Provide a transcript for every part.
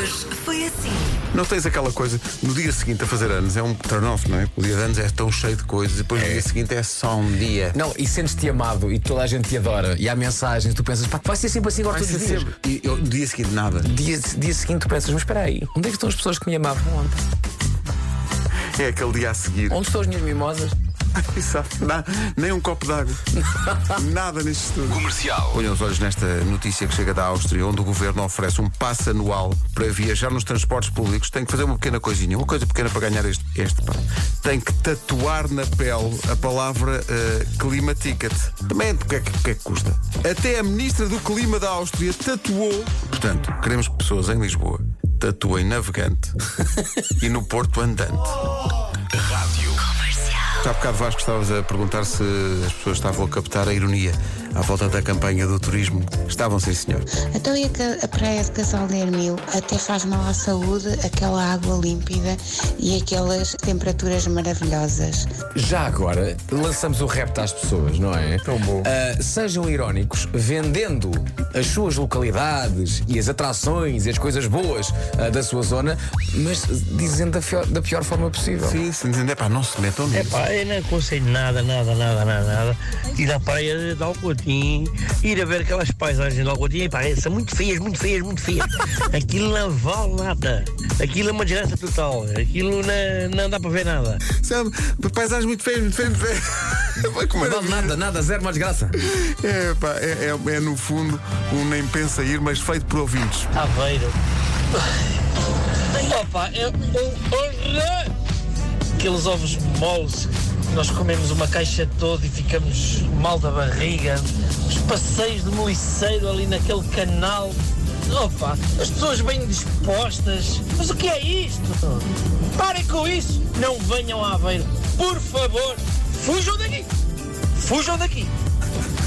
é assim. Não tens aquela coisa, no dia seguinte a fazer anos é um turn-off, não é? O dia de anos é tão cheio de coisas e depois no dia seguinte é só um dia. Não, e sentes-te amado e toda a gente te adora e há mensagens, tu pensas, pá, vai ser sempre assim agora Vai todos ser os dias. sempre. E eu, no dia seguinte nada. Dia, dia seguinte tu pensas, mas espera aí, onde é que estão as pessoas que me amavam ontem? É aquele dia a seguir. Onde estão as minhas mimosas? Exato. Na- nem um copo d'água. Nada neste estudo. Comercial. Olhem os olhos nesta notícia que chega da Áustria, onde o governo oferece um passe anual para viajar nos transportes públicos. Tem que fazer uma pequena coisinha, uma coisa pequena para ganhar este, este pá. Tem que tatuar na pele a palavra eh, clima ticket. Também o que, é que, o que é que custa? Até a ministra do Clima da Áustria tatuou. Portanto, queremos pessoas em Lisboa tatuem navegante e no Porto andante. Já há bocado Vasco estavas a perguntar se as pessoas estavam a captar a ironia à volta da campanha do turismo. Estavam, sim, senhor. Então e a, ca- a praia de Casal de Hermil até faz mal à saúde, aquela água límpida e aquelas temperaturas maravilhosas. Já agora lançamos o repto às pessoas, não é? Tão bom. Ah, sejam irónicos, vendendo as suas localidades e as atrações e as coisas boas ah, da sua zona, mas dizendo da pior, da pior forma possível. Sim, sim, É sim. Epá, não se metam nisso. Epá, É eu não aconselho nada, nada, nada, nada, nada. Ir à praia de Alcotim, ir a ver aquelas paisagens de Alcotim, epá, são muito feias, muito feias, muito feias. Aquilo não vale nada. Aquilo é uma desgraça total. Aquilo não, não dá para ver nada. Sabe, paisagens muito feias, muito feias, muito feias. Como Não vale nada, nada, zero mais graça. é, pá, é, é, é, no fundo um nem pensa ir, mas feito por ouvintes. Aveiro. Opa, é um horror! Aqueles ovos moles, nós comemos uma caixa toda e ficamos mal da barriga. Os passeios de moliceiro ali naquele canal. Opa, as pessoas bem dispostas. Mas o que é isto? Parem com isso! Não venham a Aveiro. Por favor, fujam daqui! Fujam daqui!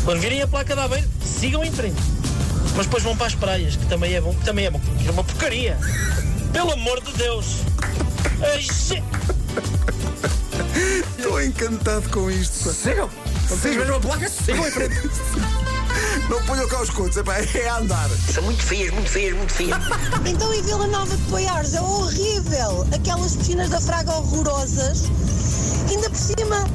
Quando virem a placa de Aveiro, sigam em frente. Mas depois vão para as praias, que também é bom, que também é bom, que é uma porcaria. Pelo amor de Deus! Ai, gente. Estou encantado com isto. Sigam! Vocês vejam a placa, sigam em frente. pá. Não ponham cá os contos, epá, é a andar. São muito feias, muito feias, muito feias. Então e Vila Nova de Poiares é horrível. Aquelas piscinas da Fraga horrorosas. Ainda por cima,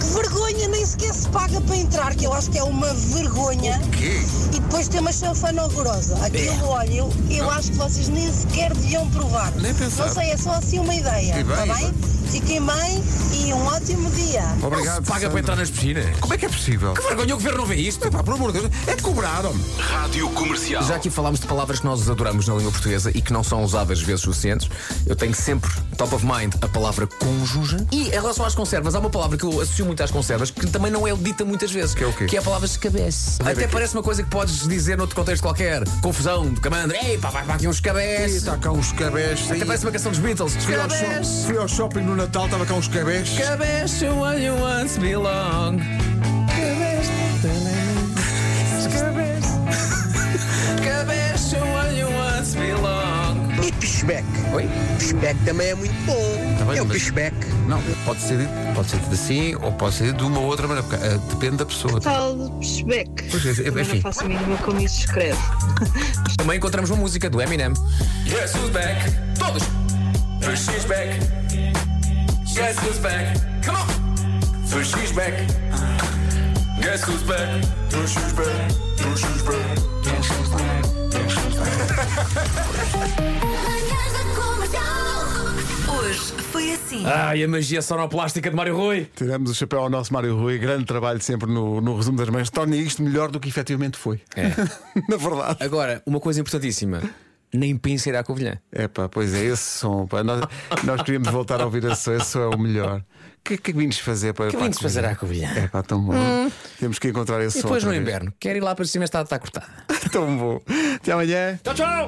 que vergonha, nem sequer se paga para entrar, que eu acho que é uma vergonha. Quê? E depois tem uma chanfana horrorosa. Aquilo, olha, eu, eu acho que vocês nem sequer deviam provar. Ah. Nem pensar. Não sei, é só assim uma ideia. E bem, Está e bem? Fiquem bem e um ótimo dia. Obrigado. Paga Sandra. para entrar nas piscinas. Como é que é possível? Que vergonha, o governo não vê isto. Epá, pelo amor de Deus, é cobrado. homem. Rádio Comercial. Já aqui falámos de palavras que nós adoramos na língua portuguesa e que não são usadas vezes suficientes. Eu tenho sempre, top of mind, a palavra cônjuge. E em relação às conservas, há uma palavra que eu associo muito às conservas que também não é dita muitas vezes. Que é o quê? Que é a palavra de cabeça. Até parece uma coisa que podes dizer noutro contexto qualquer. Confusão, camandra. Ei, pá, vai pá, aqui uns Ih, cabeças. Está cá uns cabés. Até parece uma canção dos Beatles. Fui ao, shop- Cabeça. fui ao shopping no Natal, estava cá uns cabés. Cabeça, where you once belong. Cabeça. Cabeça, where you once belong. E pishback. Oi? Pishback também é muito bom. Tá bem, é o mas- pishback. Não, pode ser, dito- pode ser dito assim ou pode ser dito de uma outra maneira. porque, ah, depende da pessoa. Tal de Peshback. Pois é, Também enfim. não faço a mínima como isso se escreve. Também encontramos uma música do Eminem. Guess who's back? Todos! She's back. Guess who's back? Come on! She's back. Guess who's back? She's back. She's back. Hoje foi assim. Ai, a magia sonoplástica de Mário Rui. Tiramos o chapéu ao nosso Mário Rui, grande trabalho sempre no, no resumo das manhãs. Torna isto melhor do que efetivamente foi. É. Na verdade. Agora, uma coisa importantíssima. Nem pensa ir à Covilhã. É pá, pois é, esse som. Pá. Nós, nós queríamos voltar a ouvir esse som, esse som é o melhor. O que, que vimos fazer para. Que para a vindes fazer à Covilhã? É pá, tão bom. Temos que encontrar esse E som. depois no outra vez. inverno. Quer ir lá para cima, está, está cortada. Tão bom. Até amanhã. Tchau, tchau!